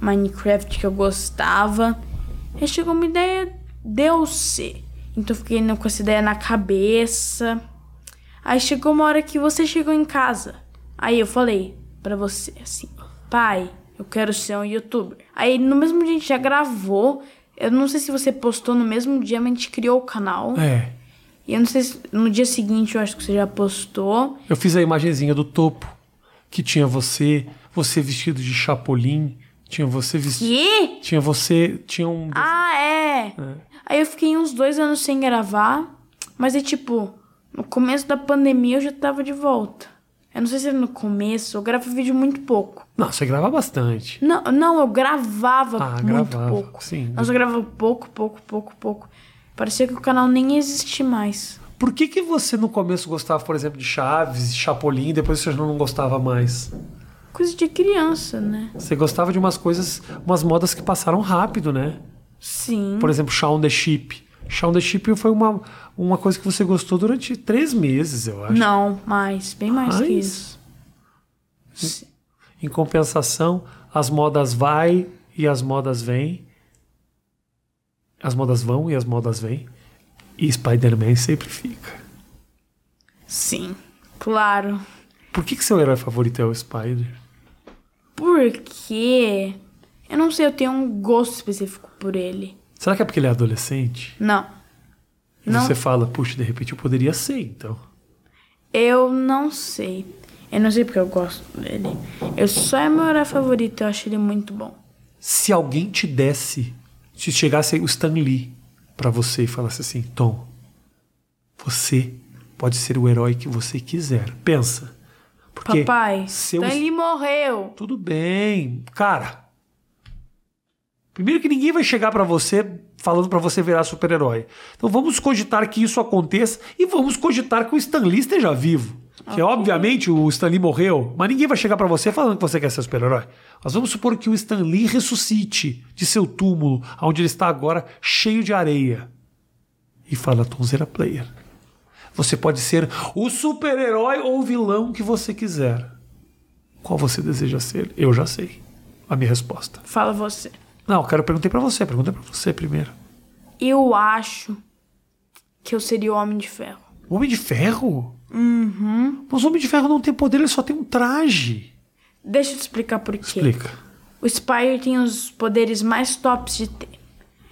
S2: Minecraft que eu gostava. E chegou uma ideia deu ser. Então eu fiquei né, com essa ideia na cabeça. Aí chegou uma hora que você chegou em casa. Aí eu falei pra você assim: "Pai, eu quero ser um youtuber". Aí no mesmo dia a gente já gravou. Eu não sei se você postou no mesmo dia, mas a gente criou o canal.
S1: É.
S2: E eu não sei se no dia seguinte eu acho que você já postou.
S1: Eu fiz a imagenzinha do topo, que tinha você, você vestido de chapolim, tinha você vestido.
S2: Que?
S1: Tinha você. Tinha um.
S2: Ah, é. Aí eu fiquei uns dois anos sem gravar, mas é tipo, no começo da pandemia eu já tava de volta. Eu não sei se era no começo, eu gravo vídeo muito pouco.
S1: Não, você grava bastante.
S2: Não, não eu gravava
S1: Ah,
S2: muito
S1: gravava,
S2: pouco.
S1: sim.
S2: Nós gravava pouco, pouco, pouco, pouco. Parecia que o canal nem existia mais.
S1: Por que, que você no começo gostava, por exemplo, de Chaves, Chapolin, e depois você já não gostava mais?
S2: Coisa de criança, né?
S1: Você gostava de umas coisas, umas modas que passaram rápido, né?
S2: Sim.
S1: Por exemplo, Shaun the Sheep. Shaun the Sheep foi uma, uma coisa que você gostou durante três meses, eu acho.
S2: Não, mais, bem mais que
S1: Mais?
S2: isso. Sim.
S1: Em compensação, as modas vai e as modas vêm. As modas vão e as modas vêm. E Spider-Man sempre fica.
S2: Sim, claro.
S1: Por que, que seu herói favorito é o Spider?
S2: Porque eu não sei, eu tenho um gosto específico por ele.
S1: Será que é porque ele é adolescente?
S2: Não.
S1: E
S2: Não,
S1: Você fala, puxa, de repente eu poderia ser, então.
S2: eu não sei. Eu não sei porque eu gosto dele. Eu só é meu herói favorito, eu acho ele muito bom.
S1: Se alguém te desse, se chegasse o Stan Lee pra você e falasse assim, Tom, você pode ser o herói que você quiser. Pensa. Porque
S2: Papai,
S1: seu
S2: então ele morreu.
S1: Tudo bem. Cara, primeiro que ninguém vai chegar pra você falando pra você virar super-herói. Então vamos cogitar que isso aconteça e vamos cogitar que o Stan Lee esteja vivo. Que obviamente o Stan Lee morreu, mas ninguém vai chegar pra você falando que você quer ser super-herói. Mas vamos supor que o Stan Lee ressuscite de seu túmulo, onde ele está agora cheio de areia. E fala Tonzeira Player. Você pode ser o super-herói ou o vilão que você quiser. Qual você deseja ser? Eu já sei. A minha resposta.
S2: Fala você.
S1: Não, eu quero perguntar pra você. Perguntei pra você primeiro.
S2: Eu acho que eu seria o Homem de Ferro.
S1: O Homem de Ferro? Uhum. Mas o Homem de Ferro não tem poder, ele só tem um traje.
S2: Deixa eu te explicar por quê.
S1: Explica.
S2: O Spire tem os poderes mais tops de ter.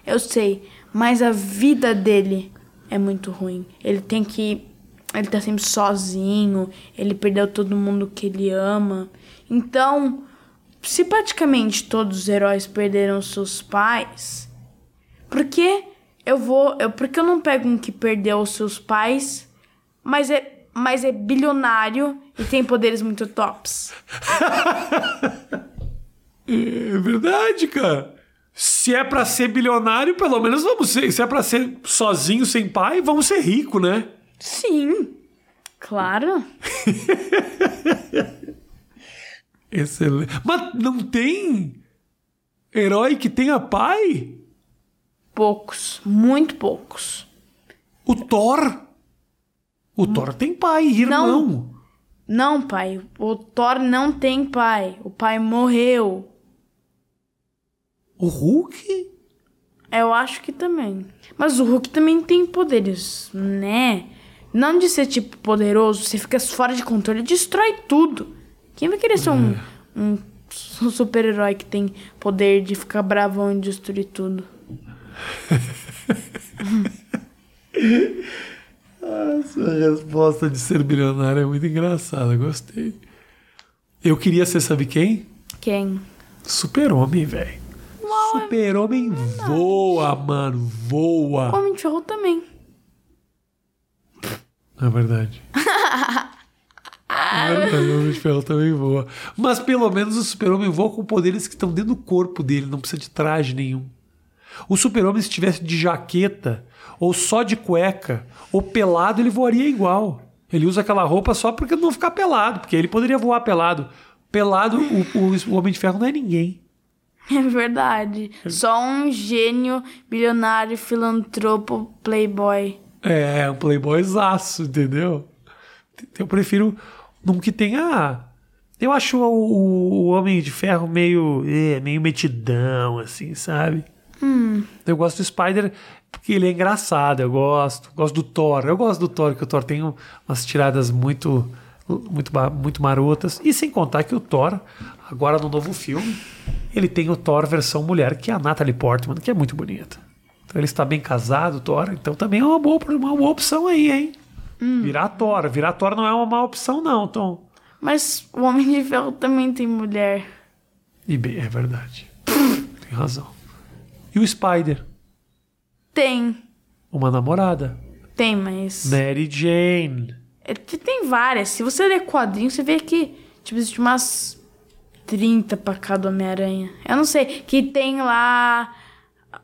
S2: Eu sei, mas a vida dele é muito ruim. Ele tem que. Ele tá sempre sozinho, ele perdeu todo mundo que ele ama. Então, se praticamente todos os heróis perderam seus pais, por que eu vou. Eu, por que eu não pego um que perdeu os seus pais, mas é, mas é bilionário e tem poderes muito tops?
S1: É verdade, cara. Se é pra ser bilionário, pelo menos vamos ser. Se é pra ser sozinho, sem pai, vamos ser rico, né?
S2: Sim, claro.
S1: Excelente. Mas não tem Herói que tenha pai?
S2: Poucos, muito poucos.
S1: O Thor? O Thor tem pai, irmão.
S2: Não, pai, o Thor não tem pai. O pai morreu.
S1: O Hulk?
S2: Eu acho que também. Mas o Hulk também tem poderes, né? Não de ser, tipo, poderoso, você fica fora de controle e destrói tudo. Quem vai querer ser um, um su- super-herói que tem poder de ficar bravão e destruir tudo?
S1: Essa resposta de ser bilionário é muito engraçada, gostei. Eu queria ser, sabe quem?
S2: Quem?
S1: Super-homem, velho. Super-homem voa, mano,
S2: O
S1: voa.
S2: Homem de Ferro também. [LAUGHS]
S1: É verdade. É verdade, o Homem de Ferro também voa. Mas pelo menos o super-homem voa com poderes que estão dentro do corpo dele, não precisa de traje nenhum. O super-homem, se tivesse de jaqueta, ou só de cueca, ou pelado, ele voaria igual. Ele usa aquela roupa só porque não ficar pelado, porque ele poderia voar pelado. Pelado, o- o- o Homem de Ferro não é ninguém.
S2: É verdade. Só um gênio, bilionário, filantropo, playboy.
S1: É, um playboyzaço, entendeu? Eu prefiro um que tenha. Eu acho o, o- o Homem de Ferro meio. é, meio metidão, assim, sabe? Eu gosto do Spider porque ele é engraçado, eu gosto. Gosto do Thor. Eu gosto do Thor, que o Thor tem um- umas tiradas muito. Muito, ba- muito marotas. E sem contar que o Thor, agora no novo filme, ele tem o Thor versão mulher, que é a Natalie Portman, que é muito bonita. Então ele está bem casado, Thor, então também é uma boa, uma boa opção aí, hein? Virar Thor. Virar Thor não é uma má opção, não, Tom.
S2: Mas o Homem de Ferro também tem mulher.
S1: E bem, é verdade. tem razão. E o Spider?
S2: Tem.
S1: Uma namorada.
S2: Tem, mas.
S1: Mary Jane.
S2: É, te- tem várias. Se você ler quadrinho, você vê que tipo, existe umas 30 pra cada Homem-Aranha. Eu não sei. Que tem lá.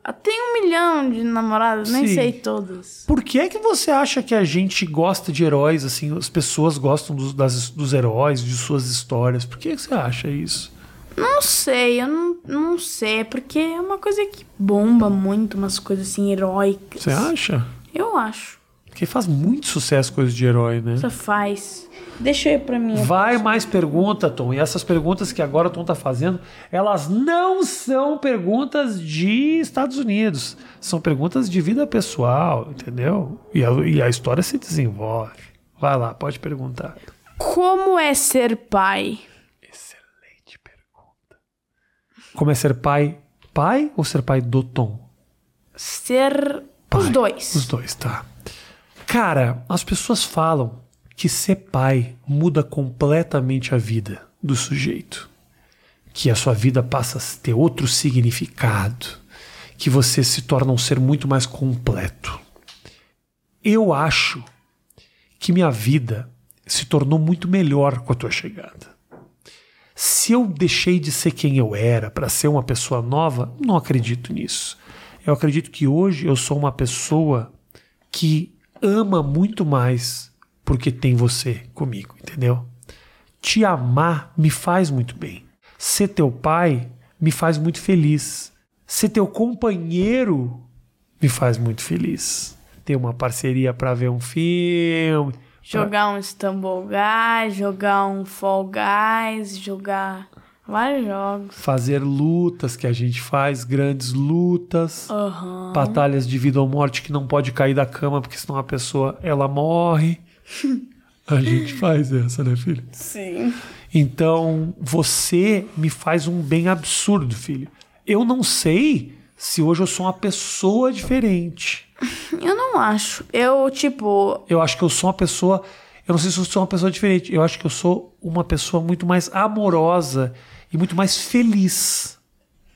S2: ah, Tem um milhão de namoradas, nem
S1: Sim.
S2: sei todas.
S1: Por que é que você acha que a gente gosta de heróis, assim, as pessoas gostam dos, das- dos heróis, de suas histórias? Por que, que você acha isso?
S2: Não sei, eu não, não sei. É porque é uma coisa que bomba muito, umas coisas assim heróicas.
S1: Você acha?
S2: Eu acho.
S1: Porque faz muito sucesso coisa de herói, né?
S2: Só faz. Deixa eu ir pra minha.
S1: Vai mais pergunta, Tom. E essas perguntas que agora o Tom tá fazendo, elas não são perguntas de Estados Unidos. São perguntas de vida pessoal, entendeu? E a, e a história se desenvolve. Vai lá, pode perguntar.
S2: Como é ser pai?
S1: Excelente pergunta. Como é ser pai? Pai ou ser pai do Tom?
S2: Ser os
S1: Pai.
S2: dois.
S1: Os dois, tá. Cara, as pessoas falam que ser pai muda completamente a vida do sujeito. Que a sua vida passa a ter outro significado. Que você se torna um ser muito mais completo. Eu acho que minha vida se tornou muito melhor com a tua chegada. Se eu deixei de ser quem eu era para ser uma pessoa nova, não acredito nisso. Eu acredito que hoje eu sou uma pessoa que ama muito mais porque tem você comigo, entendeu? Te amar me faz muito bem. Ser teu pai me faz muito feliz. Ser teu companheiro me faz muito feliz. Ter uma parceria para ver um filme. pra-
S2: Jogar um Stumble Guys, jogar um Fall Guys, jogar vários jogos.
S1: fazer lutas que a gente faz, grandes lutas,
S2: Aham.
S1: batalhas de vida ou morte que não pode cair da cama porque senão a pessoa ela morre. a gente faz essa, né, filho?
S2: Sim.
S1: Então, você me faz um bem absurdo, filho. Eu não sei se hoje eu sou uma pessoa diferente.
S2: Eu não acho. Eu, tipo,
S1: Eu acho que eu sou uma pessoa. Eu não sei se eu sou uma pessoa diferente. Eu acho que eu sou uma pessoa muito mais amorosa e muito mais feliz.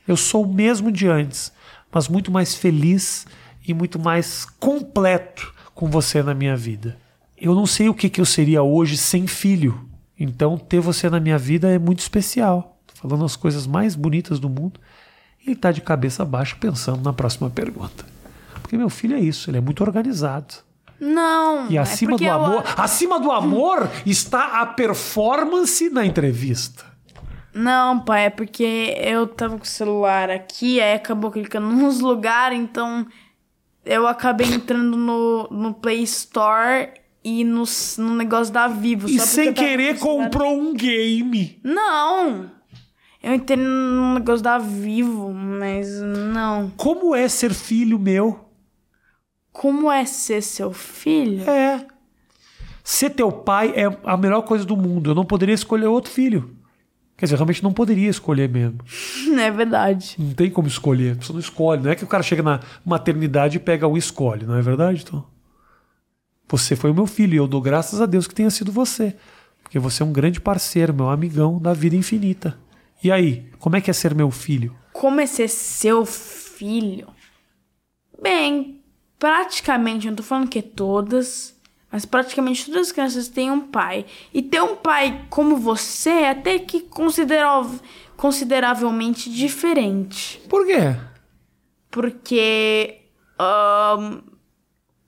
S1: Eu sou o mesmo de antes, mas muito mais feliz e muito mais completo com você na minha vida. Eu não sei o que, que eu seria hoje sem filho. Então, ter você na minha vida é muito especial. Tô falando as coisas mais bonitas do mundo. Ele tá de cabeça baixa pensando na próxima pergunta. Porque meu filho é isso, ele é muito organizado.
S2: não.
S1: E
S2: é
S1: acima
S2: porque
S1: do
S2: eu-
S1: amor, acima do amor está a performance na entrevista.
S2: Não, pai, é porque eu tava com o celular aqui, aí acabou clicando [LAUGHS] nos lugares, então eu acabei entrando no, no Play Store e no, no negócio da Vivo.
S1: E
S2: só porque
S1: sem
S2: eu tava com o
S1: querer
S2: celular-
S1: comprou um game.
S2: Não! Eu entrei no negócio da Vivo, mas não.
S1: Como é ser filho meu?
S2: Como é ser seu filho? [LAUGHS]
S1: É. Ser teu pai é a melhor coisa do mundo. Eu não poderia escolher outro filho. Quer dizer, eu realmente não poderia escolher mesmo.
S2: É verdade.
S1: Não tem como escolher. Você não escolhe. Não é que o cara chega na maternidade e pega um e escolhe, não é verdade, Tom? Você foi o meu filho e eu dou graças a Deus que tenha sido você. Porque você é um grande parceiro, meu amigão da vida infinita. E aí, como é que é ser meu filho?
S2: Como é ser seu filho? Bem, praticamente, eu não tô falando que é todas, mas praticamente todas as crianças têm um pai. E ter um pai como você é até que considera- consideravelmente diferente.
S1: Por quê?
S2: Porque. ahn,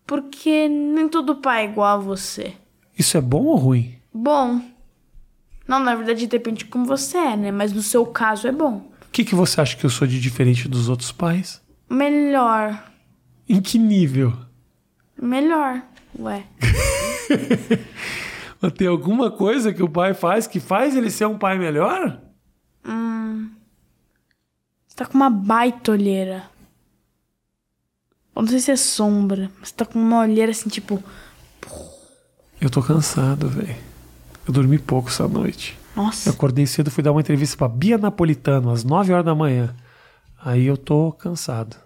S2: porque nem todo pai é igual a você.
S1: Isso é bom ou ruim?
S2: Bom. Não, na verdade depende de como você é, né? Mas no seu caso é bom.
S1: O que, que você acha que eu sou de diferente dos outros pais?
S2: Melhor.
S1: Em que nível?
S2: Melhor. Ué.
S1: Tem alguma coisa que o pai faz que faz ele ser um pai melhor?
S2: Você tá com uma baita olheira. Eu não sei se é sombra, mas você tá com uma olheira assim, tipo.
S1: Eu tô cansado, velho. Eu dormi pouco essa noite. Eu
S2: Nossa.
S1: acordei cedo, fui dar uma entrevista pra Bia Napolitano, às 9 horas da manhã. Aí eu tô cansado.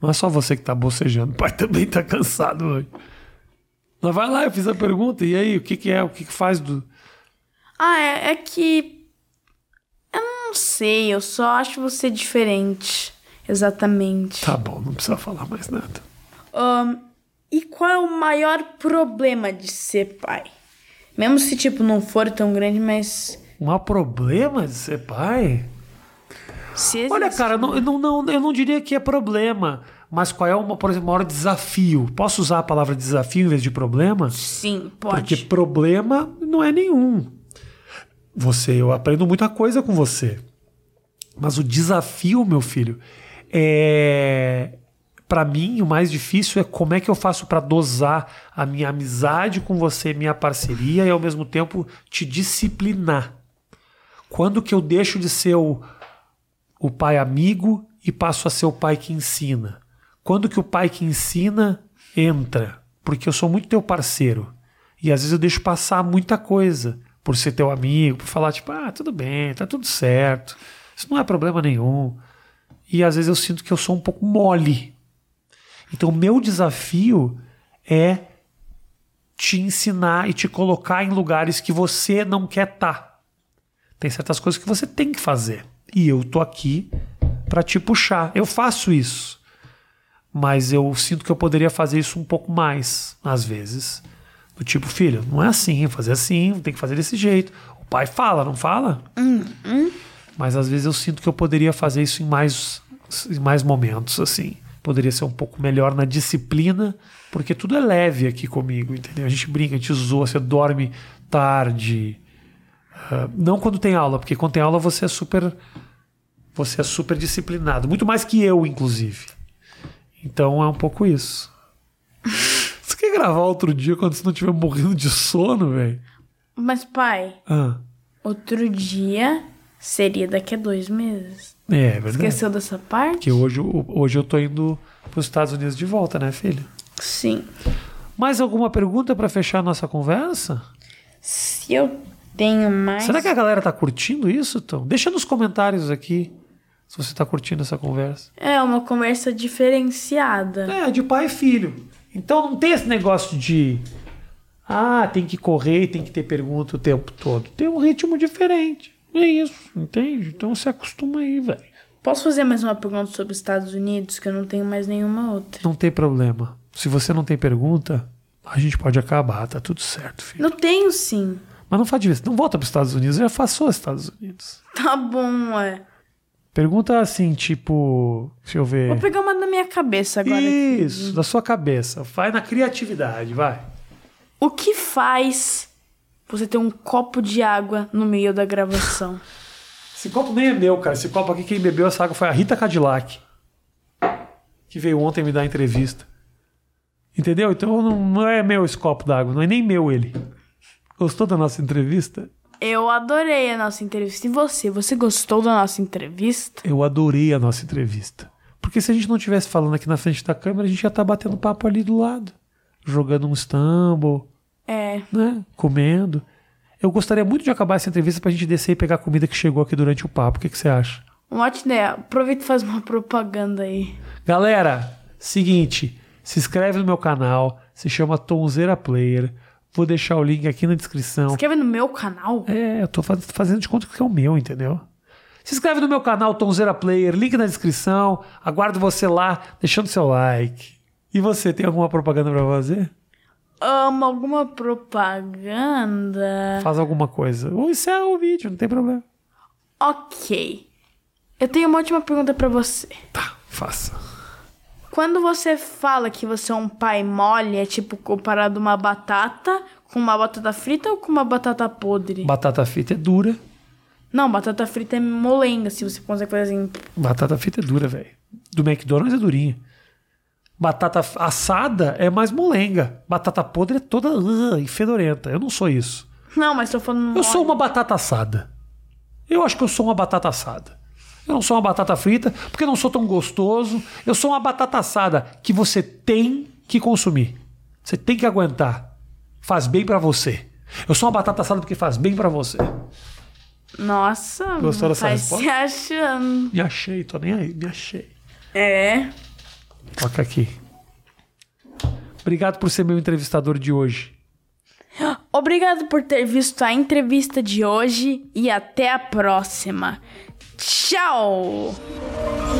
S1: Não é só você que tá bocejando, o pai também tá cansado hoje. Mas vai lá, eu fiz a pergunta, e aí, o que que é, o que que faz do...
S2: Ah, é, é que. Eu não sei, eu só acho você diferente. Exatamente.
S1: Tá bom, não precisa falar mais nada.
S2: Ahn, e qual é o maior problema de ser pai? Mesmo se, tipo, não for tão grande, mas.
S1: O maior problema de ser pai?
S2: Se
S1: Olha,
S2: existe-
S1: cara, não- eu não, não- eu não diria que é problema, mas qual é, uma, por exemplo, o maior desafio? Posso usar a palavra desafio em vez de problema?
S2: Sim,
S1: Porque
S2: pode.
S1: problema não é nenhum. Você, eu aprendo muita coisa com você. Mas o desafio, meu filho, é para mim o mais difícil é como é que eu faço para dosar a minha amizade com você, minha parceria e ao mesmo tempo te disciplinar. Quando que eu deixo de ser o, o pai amigo e passo a ser o pai que ensina? Quando que o pai que ensina entra? Porque eu sou muito teu parceiro. E às vezes eu deixo passar muita coisa por ser teu amigo, por falar tipo, ah, tudo bem, tá tudo certo. Isso não é problema nenhum. E às vezes eu sinto que eu sou um pouco mole. Então, meu desafio é te ensinar e te colocar em lugares que você não quer tá. estar. Tem certas coisas que você tem que fazer. E eu tô aqui pra te puxar. Eu faço isso. Mas eu sinto que eu poderia fazer isso um pouco mais, às vezes. Do tipo, filho, não é assim, fazer assim, tem que fazer desse jeito. O pai fala, não fala? Mas às vezes eu sinto que eu poderia fazer isso em mais, em mais momentos, assim. Poderia ser um pouco melhor na disciplina, porque tudo é leve aqui comigo, entendeu? A gente brinca, a gente zoa, você dorme tarde. Ah, não quando tem aula, porque quando tem aula você é super. Você é super disciplinado. Muito mais que eu, inclusive. Então é um pouco isso. [LAUGHS] Você quer gravar outro dia quando você não estiver morrendo de sono, velho?
S2: Mas, pai,
S1: Ah,
S2: outro dia seria daqui a dois meses.
S1: é, é verdade.
S2: Esqueceu dessa parte?
S1: Porque hoje, eu- hoje eu tô indo pros Estados Unidos de volta, né, filho?
S2: Sim.
S1: Mais alguma pergunta pra fechar a nossa conversa?
S2: Se eu tenho mais.
S1: Será que a galera tá curtindo isso, Tom? Deixa nos comentários aqui se você tá curtindo essa conversa.
S2: É uma conversa diferenciada.
S1: É, de pai e filho. Então não tem esse negócio de. Ah, tem que correr, tem que ter pergunta o tempo todo. Tem um ritmo diferente. É isso, entende? Então se acostuma aí, velho.
S2: Posso fazer mais uma pergunta sobre os Estados Unidos? Que eu não tenho mais nenhuma outra.
S1: Não tem problema. Se você não tem pergunta, a gente pode acabar, tá tudo certo, filho.
S2: Não tenho sim.
S1: Mas não faz diferença. Não volta para os Estados Unidos, já passou os Estados Unidos.
S2: Tá bom, ué.
S1: Pergunta assim, tipo. Deixa eu ver.
S2: Vou pegar uma da minha cabeça agora. é
S1: Isso, da sua cabeça. Vai na criatividade, vai.
S2: O que faz você ter um copo de água no meio da gravação?
S1: Esse copo nem é meu, cara. Esse copo aqui, quem bebeu essa água foi a Rita Cadillac. Que veio ontem me dar entrevista. Entendeu? Então não, não é meu esse copo d'água, não é nem meu ele. Gostou da nossa entrevista?
S2: Eu adorei a nossa entrevista. E você? Você gostou da nossa entrevista?
S1: Eu adorei a nossa entrevista. Porque se a gente não estivesse falando aqui na frente da câmera, a gente já tá batendo papo ali do lado. Jogando um stumble,
S2: É.
S1: né? Comendo. Eu gostaria muito de acabar essa entrevista pra gente descer e pegar a comida que chegou aqui durante o papo. O que, que você acha?
S2: Uma ótima ideia. Aproveita e faz uma propaganda aí.
S1: Galera, seguinte, se inscreve no meu canal, se chama Tonzeira Player. Vou deixar o link aqui na descrição.
S2: Escreve no meu canal?
S1: É, eu tô faz- fazendo de conta que é o meu, entendeu? Se inscreve no meu canal Tonzeira Player, link na descrição. Aguardo você lá, deixando seu like. E você, tem alguma propaganda pra fazer?
S2: Amo alguma propaganda?
S1: Faz alguma coisa. Ou encerra o vídeo, não tem problema.
S2: Ok. Eu tenho uma ótima pergunta pra você.
S1: Tá, faça.
S2: Quando você fala que você é um pai mole, é tipo comparado uma batata com uma batata frita ou com uma batata podre?
S1: Batata frita é dura.
S2: Não, batata frita é molenga, se você consegue fazer assim.
S1: Batata frita é dura, velho. Do McDonald's é durinha. Batata f- assada é mais molenga. Batata podre é toda uh, e fedorenta. Eu não sou isso.
S2: Não, mas tô falando.
S1: Eu sou uma batata assada. Eu acho que eu sou uma batata assada. Eu não sou uma batata frita, porque eu não sou tão gostoso. Eu sou uma batata assada que você tem que consumir. Você tem que aguentar. Faz bem pra você. Eu sou uma batata assada porque faz bem pra você.
S2: Nossa,
S1: Gostou dessa
S2: tá
S1: resposta?
S2: se achando.
S1: Me achei, tô nem aí, me achei.
S2: É.
S1: Toca aqui. Obrigado por ser meu entrevistador de hoje.
S2: Obrigado por ter visto a entrevista de hoje e até a próxima. Tchau!
S3: 「君の